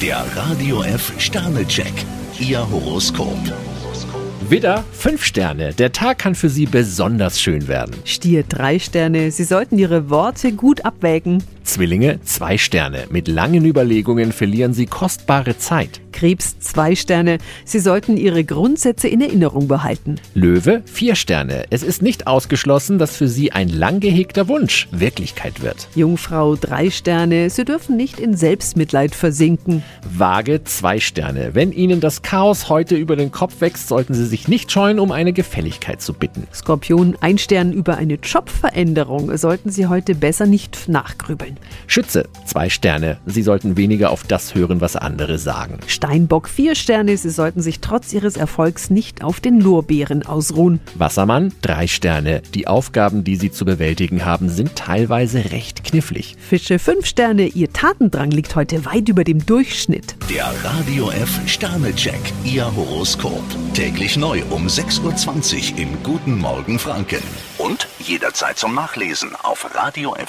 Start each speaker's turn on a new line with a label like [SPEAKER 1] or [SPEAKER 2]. [SPEAKER 1] Der Radio F Sternecheck, Ihr Horoskop.
[SPEAKER 2] Widder, fünf Sterne. Der Tag kann für Sie besonders schön werden.
[SPEAKER 3] Stier drei Sterne. Sie sollten Ihre Worte gut abwägen.
[SPEAKER 2] Zwillinge, zwei Sterne. Mit langen Überlegungen verlieren Sie kostbare Zeit.
[SPEAKER 3] Krebs zwei Sterne. Sie sollten Ihre Grundsätze in Erinnerung behalten.
[SPEAKER 2] Löwe, vier Sterne. Es ist nicht ausgeschlossen, dass für Sie ein lang gehegter Wunsch Wirklichkeit wird.
[SPEAKER 3] Jungfrau drei Sterne. Sie dürfen nicht in Selbstmitleid versinken.
[SPEAKER 2] Waage, zwei Sterne. Wenn Ihnen das Chaos heute über den Kopf wächst, sollten Sie sich nicht scheuen, um eine Gefälligkeit zu bitten.
[SPEAKER 3] Skorpion ein Stern. Über eine Jobveränderung sollten Sie heute besser nicht nachgrübeln.
[SPEAKER 2] Schütze, zwei Sterne. Sie sollten weniger auf das hören, was andere sagen.
[SPEAKER 3] Steinbock vier Sterne. Sie sollten sich trotz Ihres Erfolgs nicht auf den Lorbeeren ausruhen.
[SPEAKER 2] Wassermann, drei Sterne. Die Aufgaben, die Sie zu bewältigen haben, sind teilweise recht knifflig.
[SPEAKER 3] Fische fünf Sterne. Ihr Tatendrang liegt heute weit über dem Durchschnitt.
[SPEAKER 1] Der Radio F Sternecheck, Ihr Horoskop. Täglich neu um 6.20 Uhr im Guten Morgen Franken. Und jederzeit zum Nachlesen auf radiof.de.